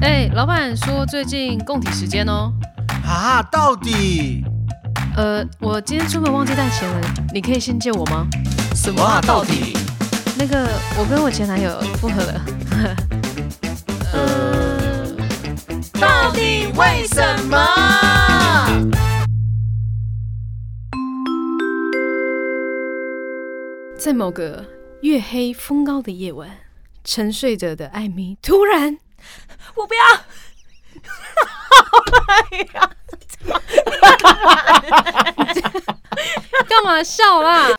哎、老板说最近供体时间哦。啊，到底呃，我今天出门忘记带钱了，你可以先借我吗？什么啊？到底？那个，我跟我前男友复合 了。呃，到底为什么？在某个月黑风高的夜晚，沉睡着的艾米突然，我不要。 干嘛笑啊啦？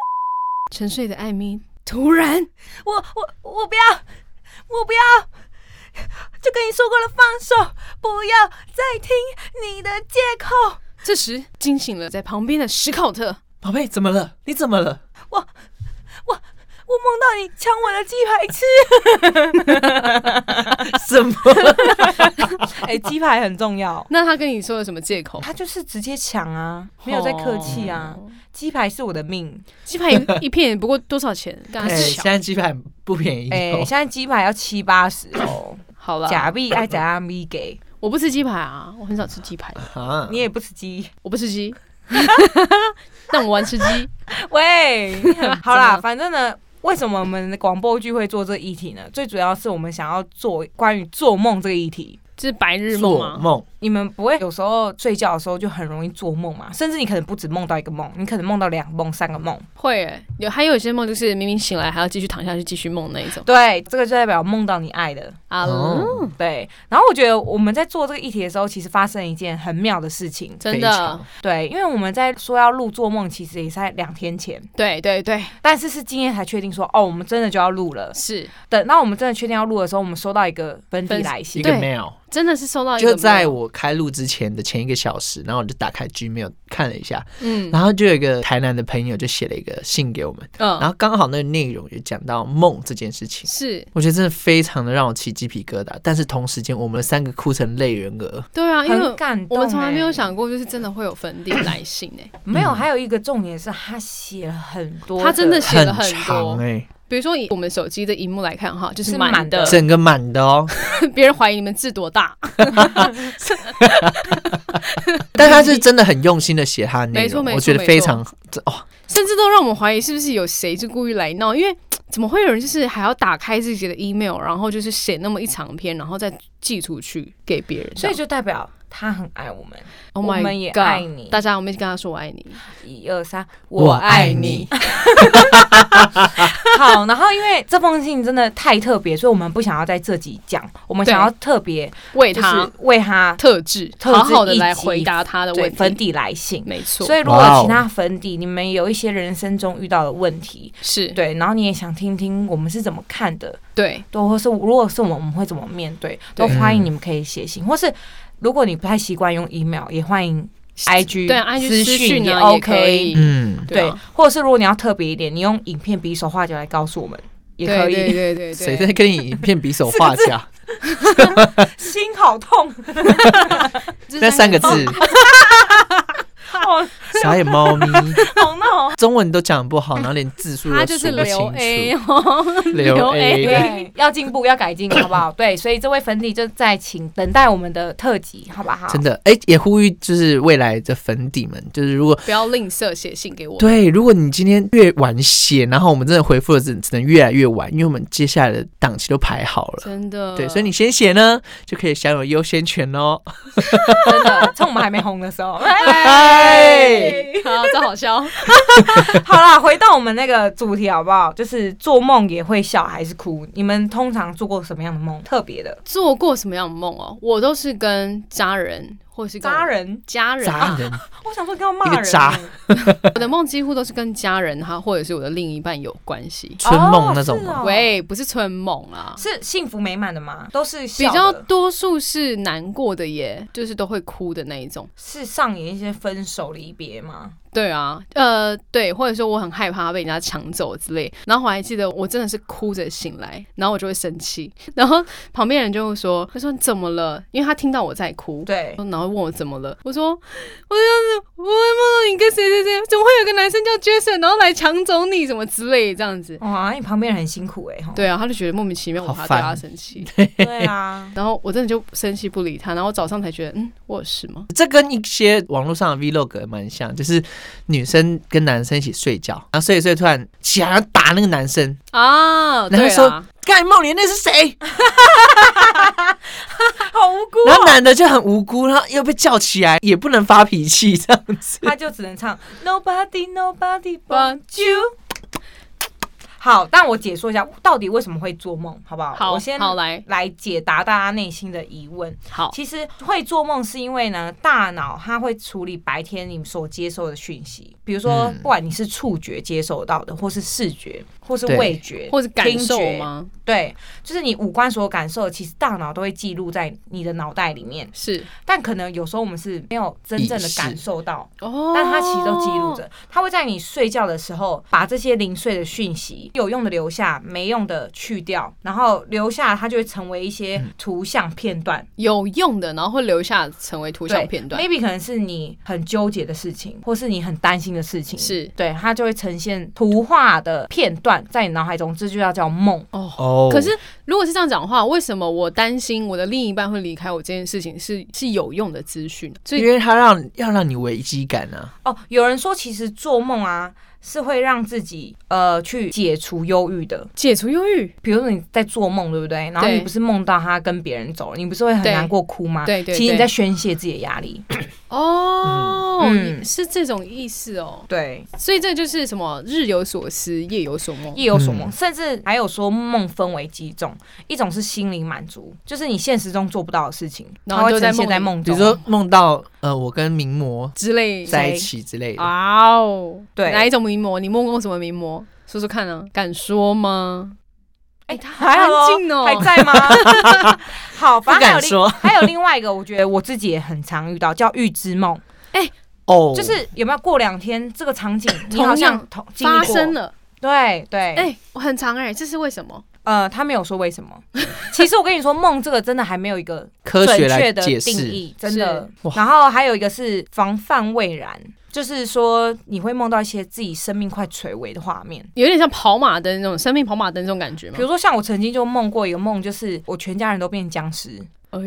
沉睡的艾米突然，我我我不要，我不要，就跟你说过了，放手，不要再听你的借口。这时惊醒了在旁边的史考特。宝贝，怎么了？你怎么了？我梦到你抢我的鸡排吃，什么？ 哎、鸡排很重要。那他跟你说了什么借口？他就是直接抢啊，没有在客气啊。哦鸡排是我的命，鸡排一一片不过多少钱？跟他哎，现抢。在鸡排不便宜哎、哦。现在鸡排要七八十哦。好了，假币爱假币给，我不吃鸡排啊，我很少吃鸡排，啊你也不吃鸡。我不吃鸡。 但我玩吃鸡，喂，好怎么啦，了反正呢，为什么我们的广播剧会做这议题呢？最主要是我们想要做关于做梦这个议题。这是白日梦啊吗？做梦，你们不会有时候睡觉的时候就很容易做梦嘛？甚至你可能不止梦到一个梦，你可能梦到两个梦、三个梦。会、欸，有还有一些梦就是明明醒来还要继续躺下去继续梦那一种对，这个就代表梦到你爱的。啊、哦对，然后我觉得我们在做这个议题的时候，其实发生一件很妙的事情。真非常的，对，因为我们在说要录做梦，其实也是在两天前，对对对，但是是今天才确定说，哦，我们真的就要录了。是等到我们真的确定要录的时候，我们收到一个本地粉丝来信一，个对 mail，真的是收到一个就在 mail 我开录之前的前一个小时，然后我就打开 Gmail 看了一下，嗯然后就有一个台南的朋友就写了一个信给我们，然嗯后刚好那个内容也讲到梦这件事情。是我觉得真的非常的让我起鸡皮疙瘩，但是同时间我们三个哭成泪人儿，对啊，因很为感动、我们从来没有欸，想过就是真的会有粉底来信哎、没有。还有一个重点是他写了很多，他真的写了很长多，哎、比如说以我们手机的荧幕来看哈，就是欸是满满的的，整个满的 哦。别人怀疑你们字多大， 但他是真的很用心的写他的内没错容，没错我觉得非常这哦，甚至都让我们怀疑是不是有谁是故意来闹，因为怎么会有人就是还要打开自己的 email，然后就是写那么一长篇，然后再寄出去给别人这所样，以就代表他很爱我们。 Oh my 我们也 God，爱你大家我们一起跟他说我爱你，一二三，我爱你。好，然后因为这封信真的太特别，所以我们不想要在这集讲，我们对想要特别为就他是为他特制，特制好好的一来集回答他的对问粉题，底来信。没错，所以，如哇哦果其他粉底你们有一些人生中遇到的问题，是对，然后你也想听听我们是怎么看的，对对，或是如果是我们，我们会怎么面对，对都欢迎你们可以写信，或是如果你不太习惯用 email，也欢迎 IG 对 IG 私私讯讯也啊 OK，也可以嗯，对对啊，或者是如果你要特别一点，你用影片比手画脚来告诉我们也可对对以。对对谁对在跟你影片比手画 脚？ 心好痛这那三个字，哦，傻眼猫咪，好闹哦。中文都讲不好，然后连字数他都就数是不留清 A 楚。哦，留 A 对，要进步，要改进，好不好？对，所以这位粉底就在请等待我们的特辑，好不好？ 真的，哎、也呼吁就是未来的粉底们，就是如果不要吝啬写信给我。对，如果你今天越晚写，然后我们真的回复的只只能越来越晚，因为我们接下来的档期都排好了。真的，对，所以你先写呢，就可以享有优先权哦。真的，趁我们还没红的时候。 哎，好，这好笑。哦好啦，回到我们那个主题，好不好？就是做梦也会笑还是哭？你们通常做过什么样的梦？特别的做过什么样的梦哦？我都是跟家人或是跟我渣人，家人渣啊，人，我想说跟我骂人哦一呢，个渣我的梦几乎都是跟家人哈，或者是我的另一半有关系。春梦那种哦是吗？哦喂，不是春梦啊啦，是幸福美满的吗？都是比笑的较多数是难过的耶，就是都会哭的那一种。是上演一些分手离别吗？对啊，呃，对，或者说我很害怕被人家抢走之类。然后我还记得我真的是哭着醒来，然后我就会生气，然后旁边人就会说：“他说你怎么了？”因为他听到我在哭，对，然后问我怎么了，我说我就是我梦到你跟谁谁谁，怎么会有个男生叫 Jason，然后来抢走你什么之类这样子。哇，啊你旁边人很辛苦哎、欸，吼对啊，他就觉得莫名其妙，我好还对烦他生气，对 啊，然后我真的就生气不理他，然后早上才觉得，嗯，我有事吗？这跟一些网络上的 vlog 蛮像，就是女生跟男生一起睡觉，然后睡一睡突然起来然后打那个男生，啊，然后对说啊，干梦莲那是谁？好无辜然后哦、男的就很无辜，然后又被叫起来，也不能发脾气这样子。他就只能唱 Nobody Nobody But But You。好，但我解说一下到底为什么会做梦，好不好？好，我先好来，来解答大家内心的疑问。好，其实会做梦是因为呢，大脑它会处理白天你所接受的讯息，比如说嗯不管你是触觉接收到的，或是视觉，或是对味觉，或者感受听觉吗？对，就是你五官所感受的，其实大脑都会记录在你的脑袋里面，是但可能有时候我们是没有真正的感受到，哦，但它其实都记录。着，它会在你睡觉的时候把这些零碎的讯息，有用的留下，没用的去掉，然后留下它就会成为一些嗯图像片段。有用的，然后会留下成为图像对片段。 ，maybe 可能是你很纠结的事情，或是你很担心的事情，是对，它就会呈现图画的片段在你脑海中，这就要叫梦。哦，哦可是如果是这样讲的话，为什么我担心我的另一半会离开我这件事情是是有用的资讯？所因以为他让要让你危机感啊，哦，有人说其实做梦啊是会让自己呃去解除忧郁的。解除忧郁，比如说你在做梦，对不对？然后对你不是梦到他跟别人走了，你不是会很对难过哭吗？对对其实对你在宣泄自己的压力。哦，嗯你是这种意思哦。对，所以这就是什么日有所思，夜有所梦。夜有所梦，嗯甚至还有说梦分为几种，一种是心灵满足，就是你现实中做不到的事情，然它后会就在呈现在梦梦比中。如说梦到呃我跟名模之类在一起之类的，哇哦，对哪一种名模？你梦过什么名模？说说看啊，敢说吗？哎，他还好安静哦还在吗？ 好，不反正还敢有另说还有另外一个，我觉得我自己也很常遇到，叫预知梦。哦，就是有没有过两天这个场景，你好同 样像同经历发过生，了，对对，哎、我很长哎、这是为什么？呃，他没有说为什么。 其实我跟你说，梦这个真的还没有一个科准学来确的解定释，义，真的是哇。然后还有一个是防范未然，就是说你会梦到一些自己生命快垂危的画面。有点像跑马灯那种生命跑马灯这种感觉吗比？如说，像我曾经就梦过一个梦，就是我全家人都变僵尸，哎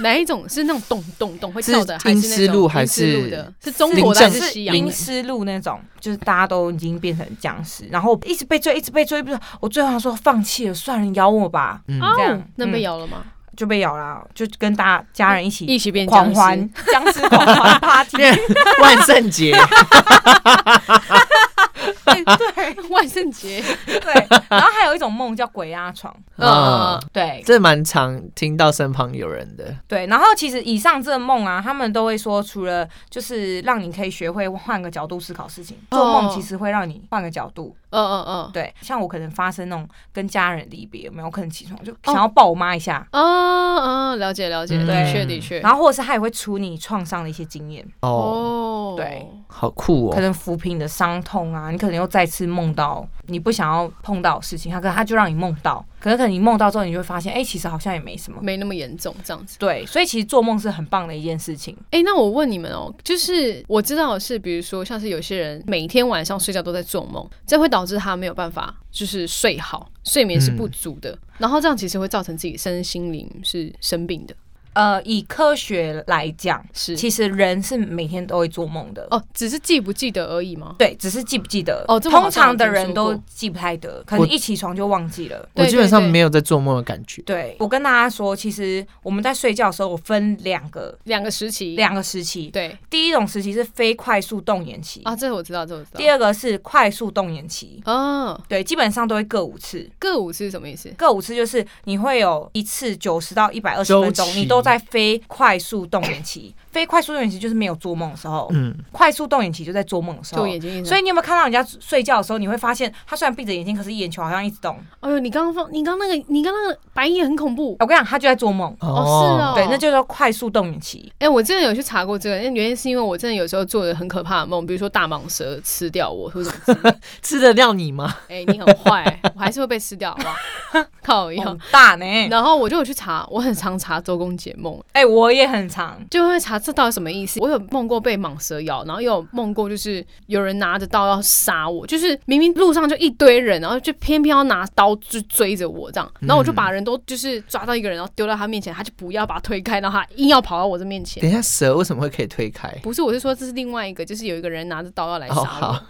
哪一种是那种咚咚咚会是跳的，还阴是那丝种路阴还丝路是的？是中林国的还正是是西洋阴的？湿路那种，就是大家都已经变成僵尸，然后一直被追，一直被追，不是我最后想说放弃了，算了，你咬我吧，嗯，哦这样那被嗯咬了吗？就被咬了，就跟大家人一起一起变嗯狂僵欢尸？僵尸狂欢 party， 变万圣节对 对万圣节，对，然后还有一种梦叫鬼压床，嗯 嗯，对这蛮常听到身旁有人的，对，然后其实以上这个梦啊，他们都会说，除了就是让你可以学会换个角度思考事情，哦做梦其实会让你换个角度。嗯嗯嗯，对，像我可能发生那种跟家人离别，有没有？我可能起床就想要抱我妈一下，啊啊，了解了解，嗯的确对的确。然后或者是他也会处理你创伤的一些经验，哦，哦，对好酷可哦，能抚平你的伤痛啊，你可能又再次梦到你不想要碰到的事情，他可能他就让你梦到，可是可能你梦到之后，你就会发现，哎、其实好像也没什么。没那么严重这样子。对，所以其实做梦是很棒的一件事情。哎、那我问你们哦，就是我知道的是，比如说像是有些人每天晚上睡觉都在做梦，这会导致他没有办法就是睡好，睡眠是嗯不足的，然后这样其实会造成自己身心灵是生病的，呃，以科学来讲，是其实人是每天都会做梦的。哦，只是记不记得而已吗？对，只是记不记得哦这我好通像有常的听说人都过记不太得，可能我一起床就忘记了。我对基本对上对没有在做梦的感觉，对我跟大家说，其实我们在睡觉的时候，我分两个两个时期，两个时期。对第一种时期是非快速动眼期，啊，这我知道，这我知道。第二个是快速动眼期。哦，对，基本上都会各五次，歌舞是什么意思？各五次就是你会有一次九十到一百二十分钟周，期你都都在非快速动眼期，非快速动眼期就是没有做梦的时哦候，嗯，快速动眼期就在做梦的时就候。眼睛一直。所以你有没有看到人家睡觉的时候，你会发现他虽然闭着眼睛，可是眼球好像一直动。哎呦，你刚刚放，你刚那个，你刚那个白眼很恐怖。我跟你讲，他就在做梦。哦，是哦，对，那就叫快速动眼期。哎、我真的有去查过这个，那原因是因为我真的有时候做的很可怕的梦，比如说大蟒蛇吃掉我，或者什么之类的吃得掉你吗？哎、你很坏、我还是会被吃掉，好不好？靠哦很腰。哦大呢。然后我就有去查，我很常查周公解梦，哎、我也很长。就会查这到底什么意思。我有梦过被蟒蛇咬，然后也有梦过就是有人拿着刀要杀我，就是明明路上就一堆人，然后就偏偏要拿刀就追着我这样，然后我就嗯把人都就是抓到一个人，然后丢到他面前，他就不要把他推开，然后他硬要跑到我这面前。等一下，蛇为什么会可以推开？不是，我是说这是另外一个，就是有一个人拿着刀要来杀哦，我。好，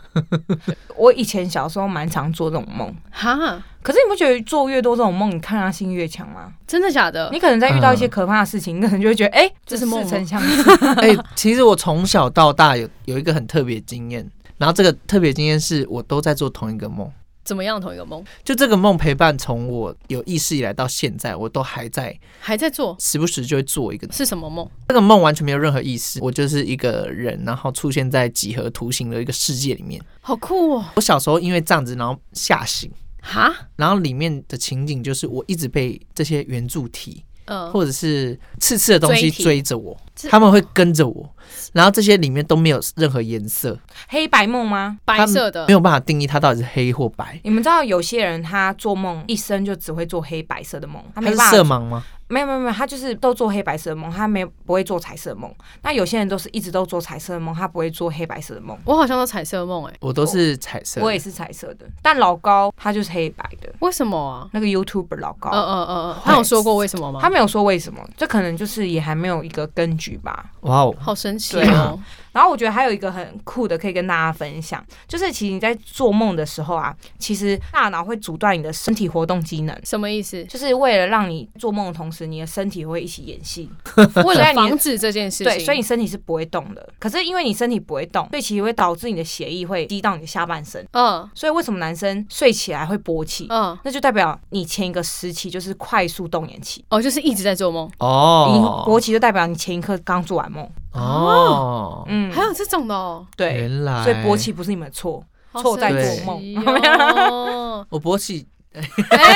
我以前小时候蛮常做这种梦，哈，可是你不觉得做越多这种梦，你抗压性越强吗？真的假的？你可能在遇到一些可怕的事情，你可能就会觉得，哎、呃 这是似梦吗曾相识。哎、其实我从小到大有有一个很特别的经验，然后这个特别经验是我都在做同一个梦，怎么样同一个梦就这个梦陪伴从我有意识以来到现在，我都还在还在做？时不时就会做一个是什么梦？这个梦完全没有任何意思，我就是一个人，然后出现在几何图形的一个世界里面。好酷哦！我小时候因为这样子，然后吓醒，哈，然后里面的情景就是我一直被这些圆柱体哦嗯、或者是刺刺的东锥西体追着我，这他们会跟着我，然后这些里面都没有任何颜色，黑白梦吗？白色的嗯没，有办法定义它到底是黑或白。你们知道有些人他做梦一生就只会做黑白色的梦，它他没是办色法，盲吗？没有没有没有，他就是都做黑白色的梦，他没不会做彩色的梦。那有些人都是一直都做彩色的梦，他不会做黑白色的梦。我好像都彩色梦哎、我都是彩色的。我也是彩色的，但老高他就是黑白的，为什么啊？那个 YouTuber 老高，嗯嗯嗯嗯，他有说过为什么吗？他没有说为什么，这可能就是也还没有一个根据吧。哇哦，好神奇对啊哦！然后我觉得还有一个很酷的可以跟大家分享，就是其实你在做梦的时候啊，其实大脑会阻断你的身体活动机能，什么意 思？就是为了让你做梦的同时，你的身体会一起演戏，为所以了你防止这件事情，对，所以你身体是不会动的。可是因为你身体不会动，所以其实会导致你的血液会滴到你的下半身。嗯所以为什么男生睡起来会勃起？嗯那就代表你前一个时期就是快速动眼期，哦，就是一直在做梦，你哦勃起就代表你前一刻刚做完梦。哦，嗯还有这种的哦，对，原来所以勃起不是你们的错。好错在神做梦奇 哦我勃起，哎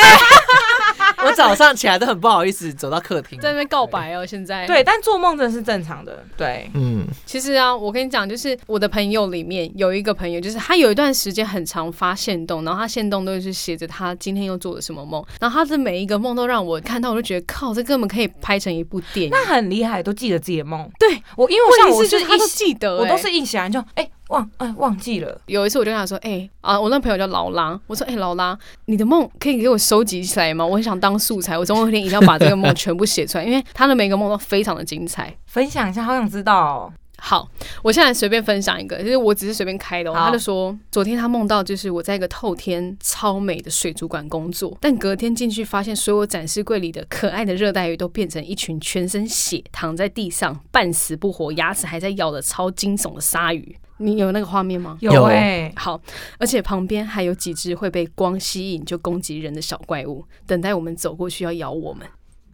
我早上起来都很不好意思走到客厅。在那边告白哦，现在对，但做梦真的是正常的。对，嗯，其实啊，我跟你讲，就是我的朋友里面有一个朋友，就是他有一段时间很常发现动，然后他现动都是写着他今天又做了什么梦，然后他的每一个梦都让我看到，我就觉得靠，这根本可以拍成一部电影。那很厉害，都记得自己的梦。对我，因为我像我问题是就是他一都醒，记得、我欸都是一醒来就哎、忘哎、忘记了。有一次我就跟他说，哎、啊，我那朋友叫劳拉，我说，哎、劳拉，你的梦可以给我收集起来吗？我很想当素材，我总有一天一定要把这个梦全部写出来，因为他的每个梦都非常的精彩。分享一下，好想知道、哦。好，我现在随便分享一个，就是我只是随便开的、哦。好他就说，昨天他梦到就是我在一个透天超美的水族馆工作，但隔天进去发现，所有展示柜里的可爱的热带鱼都变成一群全身血躺在地上半死不活、牙齿还在咬的超惊悚的鲨鱼。你有那个画面吗？有哦哎、好，而且旁边还有几只会被光吸引就攻击人的小怪物，等待我们走过去要咬我们。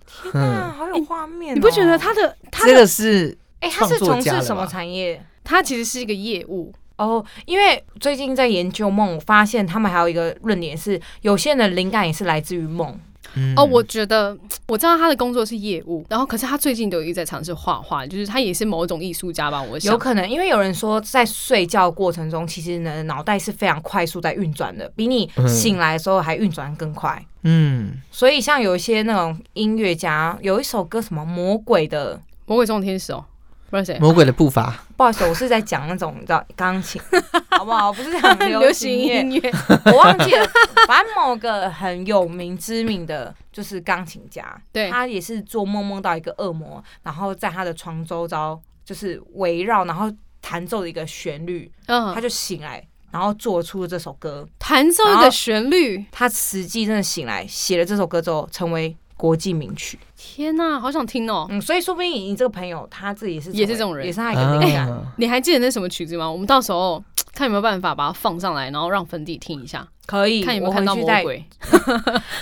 天嗯哪，好有画面哦、你不觉得他的他这的个是哎、他创是作从家了事吧什么产业？他其实是一个业务？哦，因为最近在研究梦，我发现他们还有一个论点是，有些人的灵感也是来自于梦。嗯哦，我觉得我知道他的工作是业务，然后可是他最近都有一直在尝试画画，就是他也是某种艺术家吧，我想有。可能，因为有人说，在睡觉过程中，其实你的脑袋是非常快速在运转的，比你嗯醒来的时候还运转更快。嗯，所以，像有一些那种音乐家，有一首歌什么魔鬼的，魔鬼中的天使哦，不是 谁？魔鬼的步伐，不好意思，我是在讲那种你知道钢琴， 好不好？不是讲 流流行行乐，音乐我忘记了，反正某个很有名知名的就是钢琴家，对他也是做梦梦到一个恶魔，然后在他的床周遭就是围绕，然后弹奏的一个旋律，他嗯，就醒来，然后做出了这首歌。弹奏一个旋律，他实际真的醒来，写了这首歌之后，成为国际名曲。天哪、好想听哦！嗯，所以说不定你这个朋友他自己也是也是成为这种人也是他一个灵感。啊你还记得那什么曲子吗？我们到时候看有没有办法把它放上来，然后让粉底听一下。可以，看有没哎我有看回到去魔再鬼。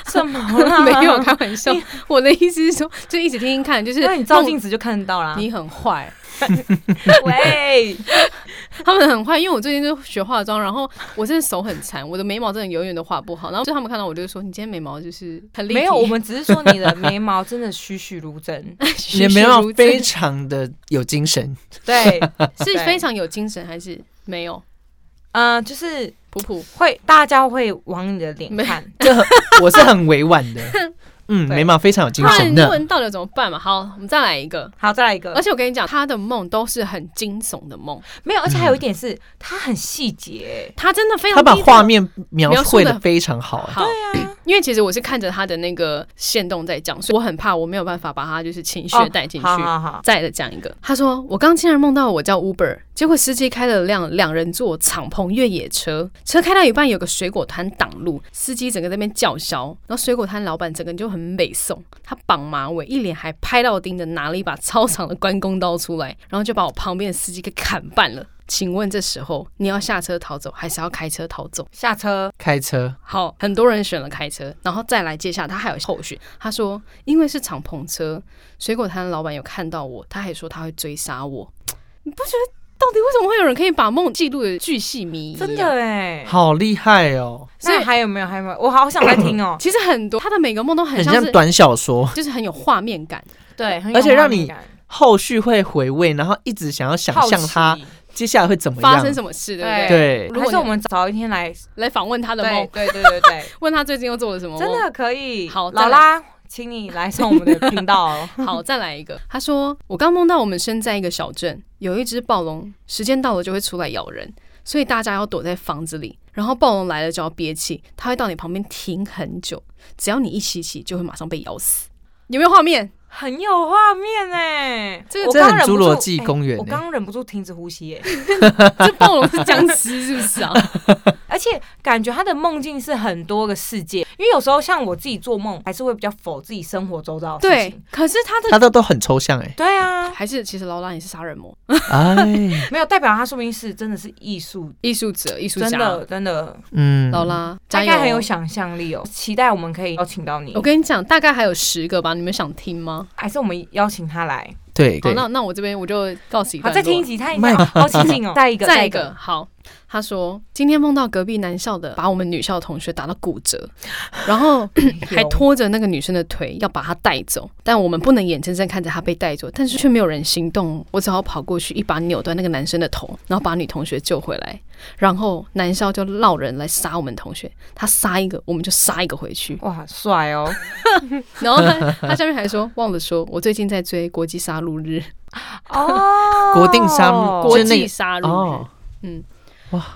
什么啦？ 没有开玩笑，我的意思是说，就一直听听看，就是 那你照梦镜子就啊看得到啦。你很坏， 喂，他们很坏，因为我最近就学化妆，然后我真的手很残，我的眉毛真的永远都画不好。然后就他们看到我就说：“你今天眉毛就是很立体。”没 有，我们只是说你的眉毛真的栩栩如生。你的眉毛非常的有精神， 对，是非常有精神，还是没有？嗯，就是普普会大家会往你的脸没看。这很我是很委婉的。 嗯，对眉毛非常有精不然神你这的。文到底怎么办嘛？好，我们再来一个。好，再来一个而，且我跟你讲，他的梦都是很惊悚的梦，没有，而且还有一点是，嗯它很细节。他真的非常他把低调画面描描述绘的得非常好、好，对啊，因为其实我是看着他的那个线动在讲，所以我很怕我没有办法把他就是情绪哦带进去。好好好，再来讲一个，他说我刚竟然梦到我叫 Uber，结果司机开了辆两人座敞篷越野车，车开到一半有个水果摊挡路，司机整个在那边叫嚣，然后水果摊老板整个人就很美送，他绑马尾，一脸还拍到钉的，拿了一把超长的关公刀出来，然后就把我旁边的司机给砍半了。请问这时候你要下车逃走，还是要开车逃走？下车。开车好，很多人选了开车，然后再来接下来他还有后续。他说，因为是敞篷车，水果摊老板有看到我，他还说他会追杀我。你不觉得到底为什么会有人可以把梦记录的巨细靡 遗、真的，哎、好厉害哦，所以。那还有没有？还有没有？我好想再听哦其实很多他的每个梦都很很像像是，短小说，就是很有画面 感。 对，很有而且让你画面感后续会回味，然后一直想要想象好它奇接下来会怎么发生样。什么事，对不对对？对，如还果是你我们早一天来？来访问他的对梦， 对对对对，问他最近又做了 什么梦真。的可以。好再劳来拉，请你来上我们的频道 哦。好，再来一个。他说：“我刚梦到我们身在一个小镇，有一只暴龙，时间到了就会出来咬人，所以大家要躲在房子里。然后暴龙来了就要憋气，它会到你旁边停很久，只要你一吸气，就会马上被咬死。有没有画 面？很有画面哎、这个我真的很刚忍不侏罗住纪哎公园我欸刚忍不住停止呼吸哎、这暴龙是僵尸是不是 啊？而且感觉他的梦境是很多个世界，因为有时候像我自己做梦，还是会比较否自己生活周遭的事对情。， 可是它的它都都很抽象 哎、对啊，还是其实劳拉你是杀人魔，哎，没有代表他说明是真的是艺术，艺术者、艺术真家的。真的，嗯，劳拉，大加概油！很有想象力哦。期待我们可以邀请到你我，跟你讲，大概还有十个吧，你们想听吗？还是我们邀请他来？对好，对，那那我这边我就告辞一好，段落。再听一集，他一麦下，好亲近哦。再一个，再再一个，，好，他说今天梦到隔壁男校的把我们女校同学打到骨 折，然后还拖着那个女生的腿要把她带走，但我们不能眼睁睁看着她被带走，但是却没有人行动，我只好跑过去一把扭断那个男生的头，然后把女同学救回来，然后男校就闹人来杀我们同学，他杀一个我们就杀一个回去，哇，帅哦！ 然后他他下面还说忘了说，我最近在追国际杀戮日，哦，国定杀戮国就那际个杀戮日哦，，嗯，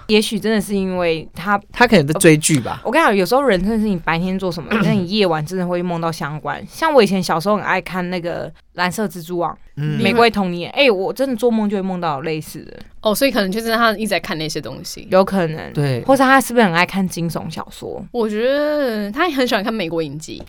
也许真的是因为他他可能在追剧吧。我跟你讲，有时候人真的是你白天做什么， 但你夜晚真的会梦到相关。像我以前小时候很爱看那个《蓝色蜘蛛网》嗯，玫瑰童年》，哎、我真的做梦就会梦到类似的，哦，所以可能就是他一直在看那些东西。有可能。对，或者他是不是很爱看惊悚小说我觉得他也很喜欢看美国影集，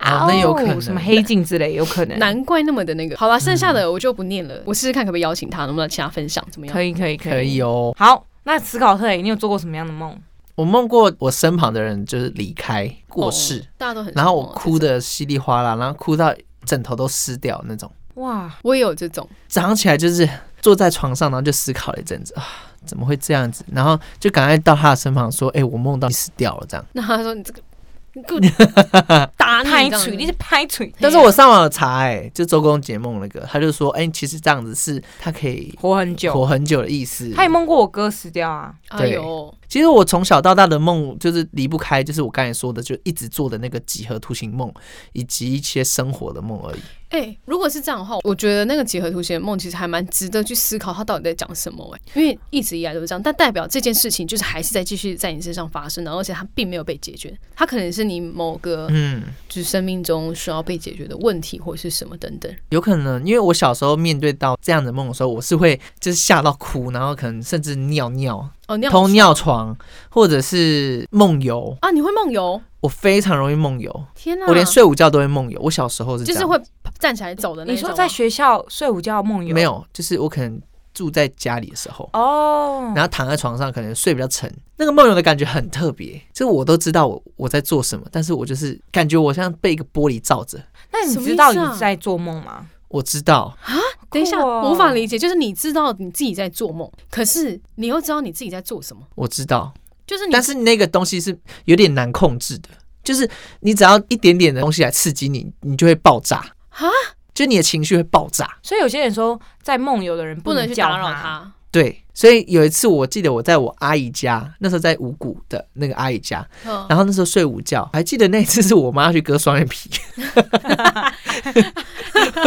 哦那有可能什么黑镜之类，有可能。难怪那么的那个。好嗯吧，剩下的我就不念了，我试试看可不可以邀请他，能不能请他分享怎么样？嗯可以，可以，可以哦。好，那史考特，你有做过什么样的梦？我梦过我身旁的人就是离开过世，哦大家都很。然后我，哭的稀里哗啦，然后哭到枕头都湿掉那种。哇，我也有这种，早上起来就是坐在床上，然后就思考了一阵子啊，怎么会这样子？然后就赶快到他的身旁说：“哎、我梦到你死掉了。”这样。那他说你这个，你 给我打你拍这样子腿，你是拍腿，但是我上网有查、哎，就周公解梦那个，他就说：“哎、其实这样子是他可以活很久。活很久的意思。他也梦过我哥死掉啊，哎呦，其实我从小到大的梦就是离不开，就是我刚才说的，就一直做的那个几何图形梦，以及一些生活的梦而已。哎，如果是这样的话，我觉得那个几何图形的梦其实还蛮值得去思考，他到底在讲什么哎，因为一直以来都是这样，但代表这件事情就是还是在继续在你身上发生，然后而且它并没有被解决，它可能是你某个嗯。就是生命中需要被解决的问题或是什么等等。有可能，因为我小时候面对到这样的梦的时候，我是会就是吓到哭，然后可能甚至尿尿、哦，尿偷尿床，或者是梦游。啊，你会梦游？我非常容易梦游，天哪！我连睡午觉都会梦游。我小时候是这就样是会站起来走的那你种啊说吗。在学校睡午觉梦游？没有，就是我可能住在家里的时候，哦，然后躺在床上可能睡比较沉，那个梦游的感觉很特别。就是我都知道我我在做什么，但是我就是感觉我像被一个玻璃罩着。那你什么知意道思啊你在做梦吗？我知道，等一下，酷哦无法理解，就是你知道你自己在做梦，可是你又知道你自己在做什么，我知道，就是你但是那个东西是有点难控制的，就是你只要一点点的东西来刺激你，你就会爆炸啊！就你的情绪会爆炸。所以有些人说，在梦游的人不能能去叫打扰他。他。对，所以有一次我记得我在我阿姨家，那时候在五谷的那个阿姨家， 嗯，然后那时候睡午觉，还记得那一次是我妈去割双眼皮， 你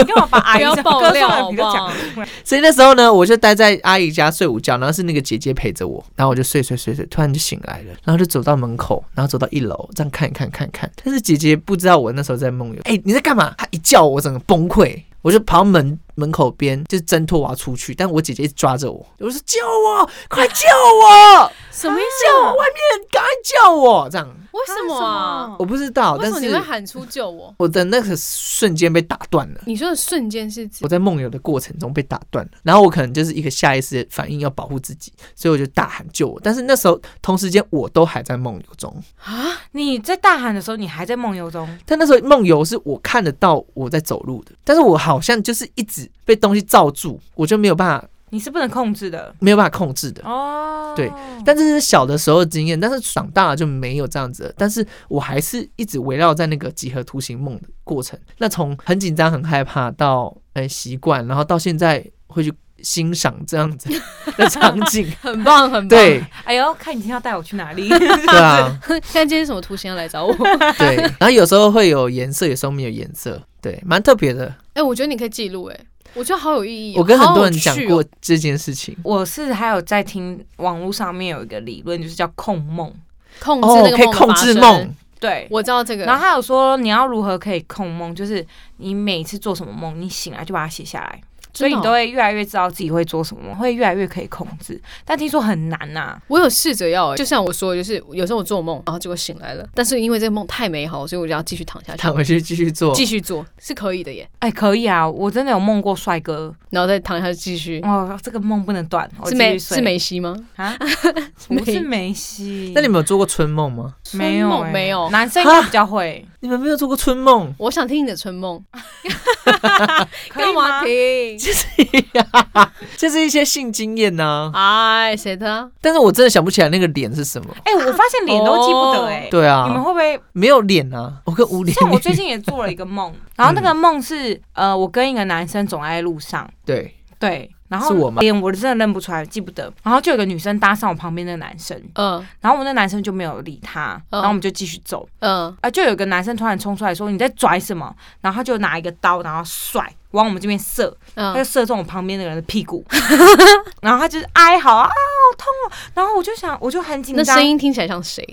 干嘛把阿 不姨要这爆割料好双眼 皮不都好讲出来？所以那时候呢，我就待在阿姨家睡午觉，然后是那个姐姐陪着我，然后我就睡睡睡睡，突然就醒来了，然后就走到门口，然后走到一楼，这样看一看看一看，但是姐姐不知道我那时候在梦游，哎、你在干嘛？她一叫我，我整个崩溃，我就跑到门门口边，就挣脱我要出去，但我姐姐一直抓着我，我说救我，快救我， 什么意叫我思？外面赶快叫我，这样 为什么啊？我不知道，为但什么你会是喊出救我？我的那个瞬间被打断了。你说的瞬间是指 我在梦游的过程中被打断了，然后我可能就是一个下意识的反应要保护自己，所以我就大喊救我。但是那时候同时间我都还在梦游中，啊？你在大喊的时候，你还在梦游中，但那时候梦游是我看得到我在走路的，但是我好像就是一直被东西罩住，我就没有办法你是不能控制的没有办法控制的。哦。对，但这是小的时候的经验，但是长大了就没有这样子了。但是我还是一直围绕在那个几何图形梦的过程。那从很紧张、很害怕到很习惯，然后到现在会去欣赏这样子的 场景。很棒， 很棒。对，啊哎呦，看你今天要带我去 哪里？对啊，现在今天什么图形要来 找我？对。然后有时候会有颜色，有时候没有颜色，对，蛮特别的。哎、我觉得你可以记录，哎，我觉得好有意义哦、我跟很多好人有讲趣哦过这件事情。我是还有在听网络上面有一个理论，就是叫控梦。控制哦那，个可以梦的控发制生梦，，对，我知道这个。然后还有说你要如何可以控梦，就是你每次做什么梦，你醒来就把它写下来，所以你真的哦都会越来越知道自己会做什么梦，会越来越可以控制。但听说很难啊呐、我有试着要、哎就像我说的，就是有时候我做梦，然后结果醒来了，但是因为这个梦太美好，所以我就要继续躺下去，躺回去继续做。继续做是可以的耶。哎，可以啊，我真的有梦过帅哥，然后再躺下去继续，哦，这个梦不能断，我是继续梅睡是梅西吗？啊，梅不是梅西，那你们有做过春梦吗？没有春梦哎没有男生应该比较会，你们没有做过春梦？我想听你的春梦，可以干嘛吗？ 听？就是一些性经验呐、哎，谁的？但是我真的想不起来那个脸是什么。哎，我发现脸都记不得哎，对你们啊，会不会没有脸啊，我跟无脸。像我最近也做了一个梦，然后那个梦是呃，我跟一个男生走在路上，对，对，然后是我吗脸我真的认不出来，记不得。然后就有个女生搭上我旁边那个男生，嗯然后我那男生就没有理她，嗯然后我们就继续走。嗯，啊，就有个男生突然冲出来说：“你在拽什么？”然后他就拿一个刀，然后甩往我们这边射，他就嗯，射中我旁边那个人的屁股， 然后他就是哀嚎啊，啊好痛哦、然后我就想，我就很紧那张声，音听起来像谁？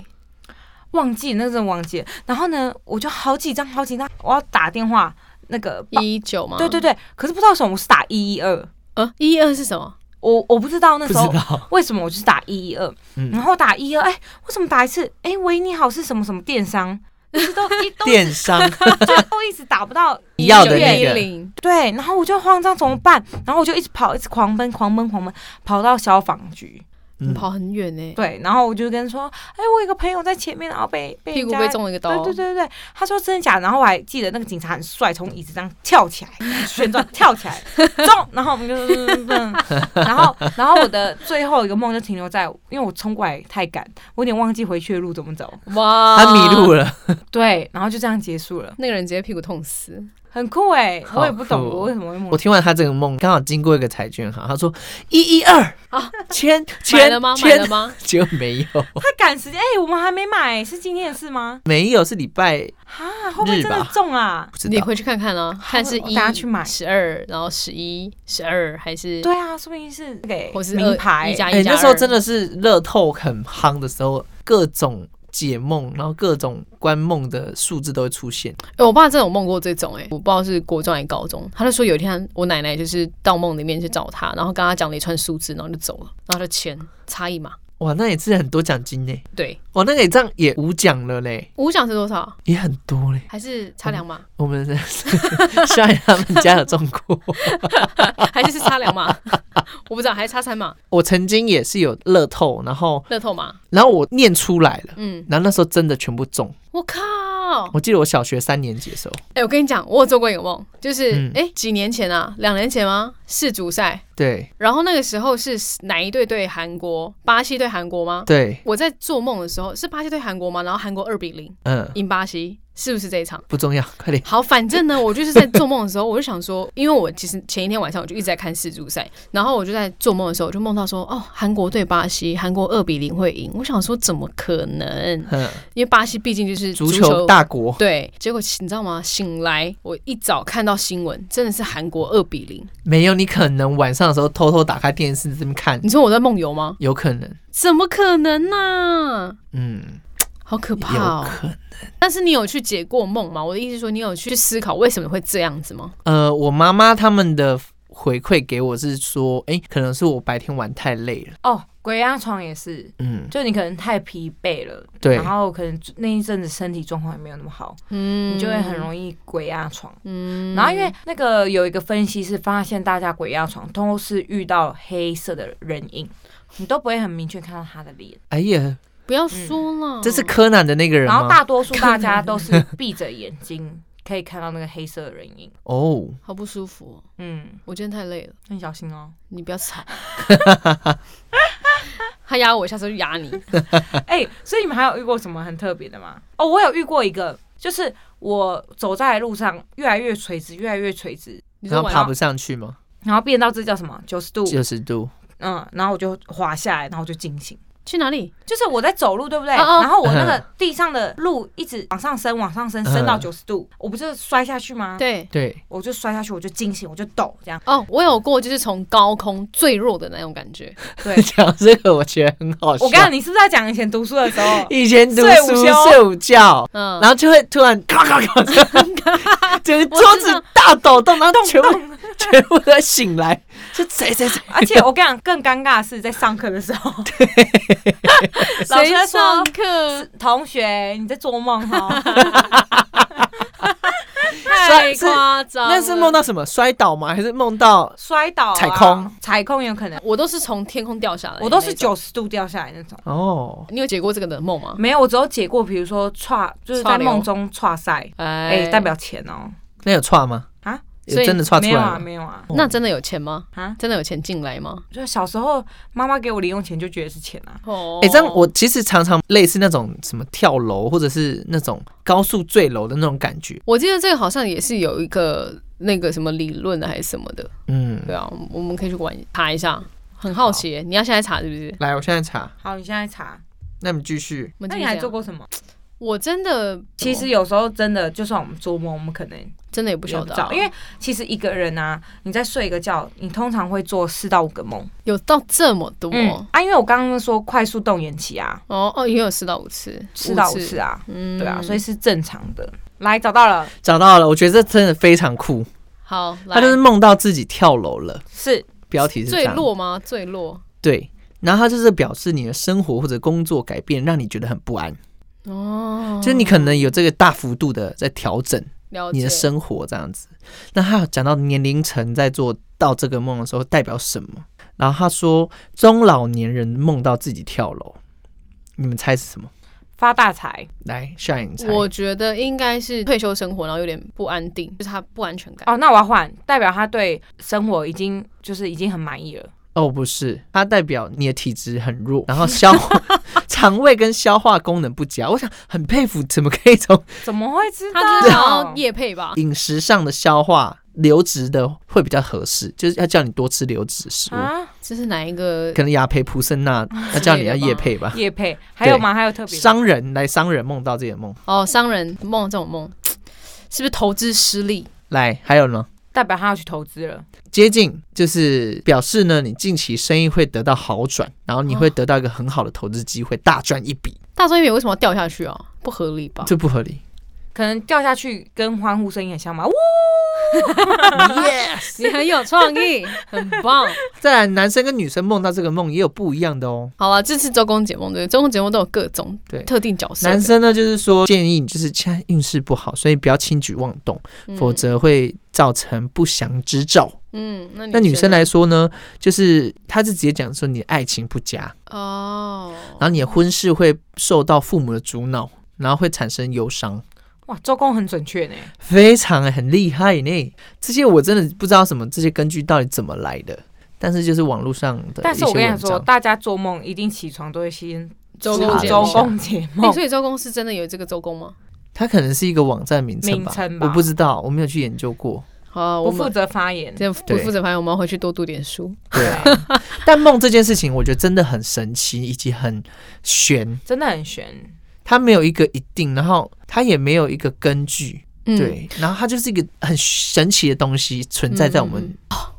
忘记那阵忘记了。然后呢，我就好紧张，好紧张，我要打电话那个报，一九吗？对对，对，可是不知道为什么，我是打一一二，呃，一二是什么？我我不知道那嗯不知时候道。为什么我就是打一一二，嗯然后打一二，哎，为什么打一次？哎，喂，你好是什么什么电商？ 一直都一都 电商就都一直打不到你要的一那月个110对，然后我就慌张怎嗯么办？然后我就一直跑，一直狂奔，狂奔，狂奔，跑到消防局。嗯你跑很远呢，对，然后我就跟他说，哎，我有个朋友在前面，然后被被屁股人被家中了一个对刀。对对对，对他说真的假的，然后我还记得那个警察很帅，从椅子上跳起来，旋转跳起来，中，然后我们就，嗯嗯嗯然后然后我的最后一个梦就停留在，因为我冲过来太赶，我有点忘记回去的路怎么走，哇，他迷路了，了，对，然后就这样结束了，那个人直接屁股痛死。很酷哎、好我也不懂酷哦我为什么会梦我，听完他这个梦，刚好经过一个彩券行，他说一一二啊签买签了吗？买了签，吗？结果没有，他赶时间，哎、我们还没买，是今天的事吗？没有是礼拜啊，会不会日真的吧中啊？不知你道。回去看看啊，看是我一等下去买十二，然后十一、十二还是对啊，说不定是给或是名二牌一加哎，一加那时候二真的是乐透很夯的时候，各种解梦，然后各种关梦的数字都会出现。哎、我爸真的有梦过这种、哎，我不知道是国中还是高中。他就说有一天我奶奶就是到梦里面去找他，然后跟他讲了一串数字，然后就走了，然后就签差一码，哇，那也是很多奖金呢。对，哇，那个也这样也五奖了嘞，五奖是多少？也很多嘞。还是差两码？ 我们 希望他们家有中过。 还是是差两码？ 我不知道，还是差三码？我曾经也是有乐透，然后乐透码？然后我念出来了，嗯，然后那时候真的全部中。我靠！我记得我小学三年级的时候，哎、我跟你讲，我有做过一个梦，就是哎、嗯诶几年前啊，两年前吗？世足赛，对然后那个时候是哪一队对韩国？巴西对韩国吗？对，我在做梦的时候是巴西对韩国吗？然后韩国二比零嗯，赢巴西，是不是这一场？不重要， 快点。好，反正呢，我就是在做梦的时候，我就想说，因为我其实前一天晚上我就一直在看世足赛，然后我就在做梦的时候，我就梦到说，哦，韩国对巴西，韩国二比零会赢。我想说，怎么可能？嗯，因为巴西毕竟就是足足球大国，对，结果你知道吗？醒来我一早看到新闻，真的是韩国二比零。没有你可能晚上的时候偷偷打开电视这边看，你说我在梦游吗？有可能，怎么可能呢、嗯，好可怕有哦！可能。但是你有去解过梦吗？我的意思是说，你有去思考为什么会这样子吗？呃，我妈妈他们的回馈给我是说，哎、可能是我白天玩太累了，哦，鬼压床也是，嗯，就你可能太疲惫了，对然后可能那一阵子身体状况也没有那么好，嗯你就会很容易鬼压床。嗯然后因为那个有一个分析是发现大家鬼压床都是遇到黑色的人影，你都不会很明确看到他的脸，哎呀，不要说嗯了，这是柯南的那个人哦然后吗？大多数大家 都是闭着眼睛可以看到那个黑色的人影。哦，好不舒服哦、嗯，我今天太累了，很小心哦。你不要 吵。他压我，下次就压你。哎、所以你们还有遇过什么很特别的吗？哦，我有遇过一个，就是我走在路上越来越垂直，越来越垂直，你然说后晚爬上不上去吗？然后变到这叫什么九十度，九十度，嗯，然后我就滑下来，然后就惊醒。去哪里？就是我在走路，对不对？嗯嗯然后我那个地上的路一直往上升，往上升，升到九十度，我不是摔下去吗？，对，对，我就摔下去，我就惊醒，我就抖，这样。哦，我有过，就是从高空坠落的那种感觉。 对， 讲这个我觉得很好笑。？我刚刚你是不是在讲以前读书的时候以前读睡午书休睡午觉，嗯，然后就会突然咔咔咔， 整个桌我知道子大抖动，然后全部 全部都醒来， 是谁谁谁？而且我跟你讲，更尴尬的是在上课的时候，老师谁在上说课？同学你在做梦 哦，太夸张了，那是梦到什么摔倒吗？还是梦到摔倒、啊、踩空，踩空也有可能，我都是从天空掉下来的那种，我都是九十度掉下来那种。哦？你有解过这个的梦吗？没有，我只有解过，比如说踹，就是在踹流梦中踹赛，哎、哎代表钱哦，那有串吗？啊，有所以真的串出没来有啊，吗？哦没有啊，那真的有钱吗？啊，真的有钱进来吗？就小时候妈妈给我零用钱就觉得是钱啊，哦哎、这样我其实常常类似那种什么跳楼，或者是那种高速坠楼的那种感觉。我记得这个好像也是有一个那个什么理论啊的还是什么的，嗯，对啊，我们可以去玩查一下，很好奇耶，你要现在查是不是？来，我现在查，好，你现在查，那你继续。我们那继续你还讲做？过什么？我真的其实有时候真的，就算我们做梦，我们可能真的也不晓也得知道啊，因为其实一个人啊，你在睡一个觉，你通常会做四到五个梦。有到这么多嗯啊，因为我刚刚说快速动眼期啊，哦哦，也有四到五次，四到五次，啊，嗯，对啊，所以是正常的。来，找到了，找到了，我觉得这真的非常酷。好，来他就是梦到自己跳楼了，是标题是这坠样。落吗？坠落对，然后它就是表示你的生活或者工作改变，让你觉得很不安，哦，就是你可能有这个大幅度的在调整了解你的生活这样子。那他有讲到年龄层在做到这个梦的时候代表什么，然后他说中老年人梦到自己跳楼，你们猜是什么？发大财来，夏颖猜。我觉得应该是退休生活，然后有点不安定，就是他不安全感。哦。那我要换，代表他对生活已经就是已经很满意了。哦，不是，它代表你的体质很弱，然后消化 肠胃跟消化功能不佳。我想很佩服，怎么可以从怎么会知道？啊他就是想哦要夜配吧？饮食上的消化流质的会比较合适，就是要叫你多吃流质食物，啊，这是哪一个？可能雅培、普森那要叫你要叶配吧。叶配还有吗？还有特别 的商人来，商人梦到自己的梦哦，商人梦这种梦，是不是投资失利？来，还有呢，代表他要去投资了。接近就是表示呢，你近期生意会得到好转，然后你会得到一个很好的投资机会，大赚一笔，大专院为什么要掉下 去啊？不合理吧？这不合理。可能掉下去跟欢呼声也很像嘛，呜， yes。你很有创意，很棒。 再来，男生跟女生梦到这个梦也有不一样的哦。好了，这次周公解梦对不对，周公解梦都有各种对特定角色的，男生呢，就是说建议你就是现在运势不好，所以不要轻举妄动，嗯否则会造成不祥之兆。嗯，那那女生呢来说呢，就是她是直接讲说你爱情不佳，哦，然后你的婚事会受到父母的阻挠，然后会产生忧伤，哇，周公很准确呢。非常很厉害呢。这些我真的不知道什么这些根据到底怎么来的，但是就是网络上的但一是些我跟文你说，章。大家做梦一定起床都会先周公公解解梦周梦。公解哎，梦。所以周公是真的有这个周公吗？它可能是一个网站名称名吧，称吧我不知道，我没有去研究过。 好啊，不我负们责发言，这不对负责反正我们要回去多读点书。对啊，但梦这件事情，我觉得真的很神奇，以及很悬， 真的很悬。它没有一个一定，然后它也没有一个根据，嗯，对，然后它就是一个很神奇的东西存在在我们。嗯嗯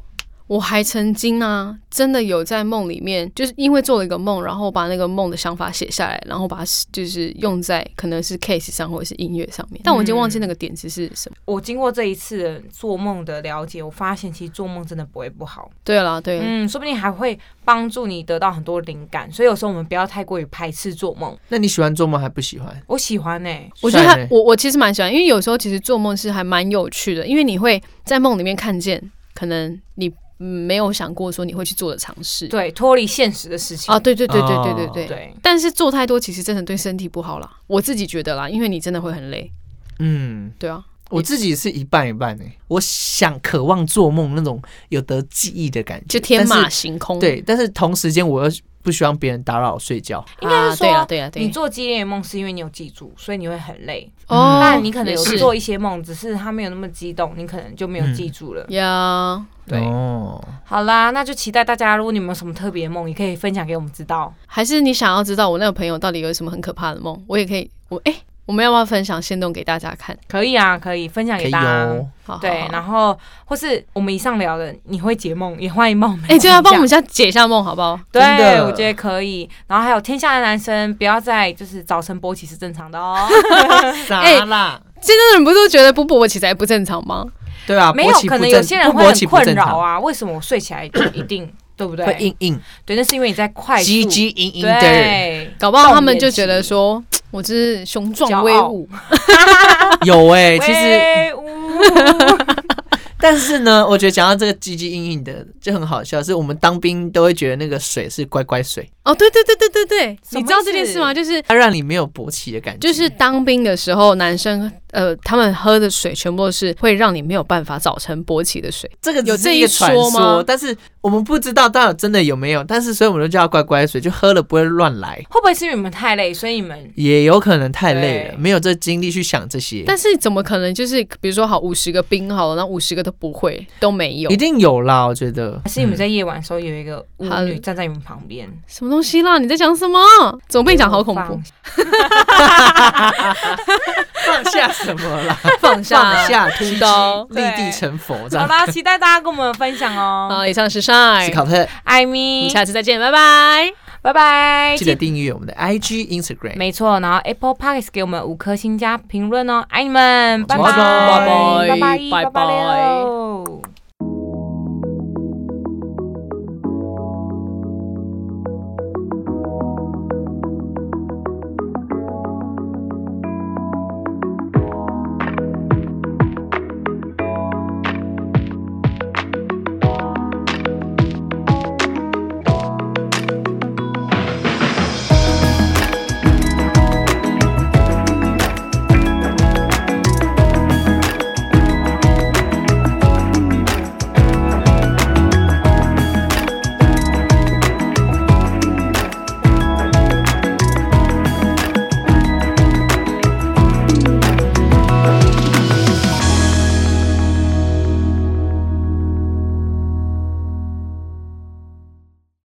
我还曾经啊，真的有在梦里面，就是因为做了一个梦，然后把那个梦的想法写下来，然后把它就是用在可能是 case 上或者是音乐上面，但我已经忘记那个点子是什么。我经过这一次的做梦的了解，我发现其实做梦真的不会不好，对啦，对，嗯，说不定还会帮助你得到很多灵感。所以有时候我们不要太过于排斥做梦。那你喜欢做梦还不喜欢？我喜欢欸呢、我觉得帅还呢我我其实蛮喜欢，因为有时候其实做梦是还蛮有趣的，因为你会在梦里面看见可能你嗯没有想过说你会去做的尝试。对，脱离现实的事情。啊，对对对对对对哦对。对，但是做太多其实真的对身体不好啦，我自己觉得啦，因为你真的会很累。嗯，对啊，我自己是一半一半诶、欸我想渴望做梦那种有得记忆的感觉，就天马但是行空。对，但是同时间我又不希望别人打扰我睡觉。应该是啊对啊说对啊对啊你做激烈的梦是因为你有记住，所以你会很累。嗯哦，但你可能有也是嗯做一些梦，只是它没有那么激动，你可能就没有记住了。呀。对哦，好啦，那就期待大家，如果你们有什么特别的梦，也可以分享给我们知道。还是你想要知道我那个朋友到底有什么很可怕的梦？我也可以，我哎、我们要不要分享先动给大家看？可以啊，可以分享可给以大家。哦。好好对好，然后或是我们以上聊的，你会解梦，也欢迎帮我们。哎、就要帮我们。家解一下梦，好不好？对真，的我觉得可以。然后还有天下的男生，不要再就是早晨勃起是正常的哦。哎啥啦？哎现在的人不都觉得不勃起才不正常吗？对啊， 没有勃，起可不能正有些人不会勃很起不困正扰常，啊。为什么我睡起来就一定对不对？会硬硬对，那是因为你在快速。唧唧硬硬的。对，搞不好他们就觉得说，我这是雄壮威骄傲武，有 哎、其实，威武但是呢，我觉得讲到这个唧唧硬硬的就很好笑，是我们当兵都会觉得那个水是乖乖水，哦，对对对对对对，什么你知道这件事吗？就是它让你没有勃起的感觉。就是当兵的时候，男生呃，他们喝的水全部都是会让你没有办法早晨勃起的水。这个只有是这一一个传说吗但是我们不知道到底真的有没有，但是所以我们就叫它乖乖水，就喝了不会乱来。会不会是因为你们太累，所以你们也有可能太累了，对没有这精力去想这些，但是怎么可能？就是比如说好五十个兵好了，那五十个都不会，都没有一定有啦，我觉得嗯还。是你们在夜晚的时候有一个舞嗯好女站在你们旁边？什么东西啦？你在讲什么？怎么被你讲好恐怖？放下什么啦？ 放放下。下屠刀刀，立地成佛，这 好样。啦，期待大家跟我们分享哦。好，以上是思 Shine，考特，艾我米们，下次再见，拜拜。拜拜。记得订阅我们的 IG、Instagram。没错，然后 Apple Podcast 给我们五颗星加评论哦，爱你们，拜拜拜，拜拜拜，拜拜拜拜喽。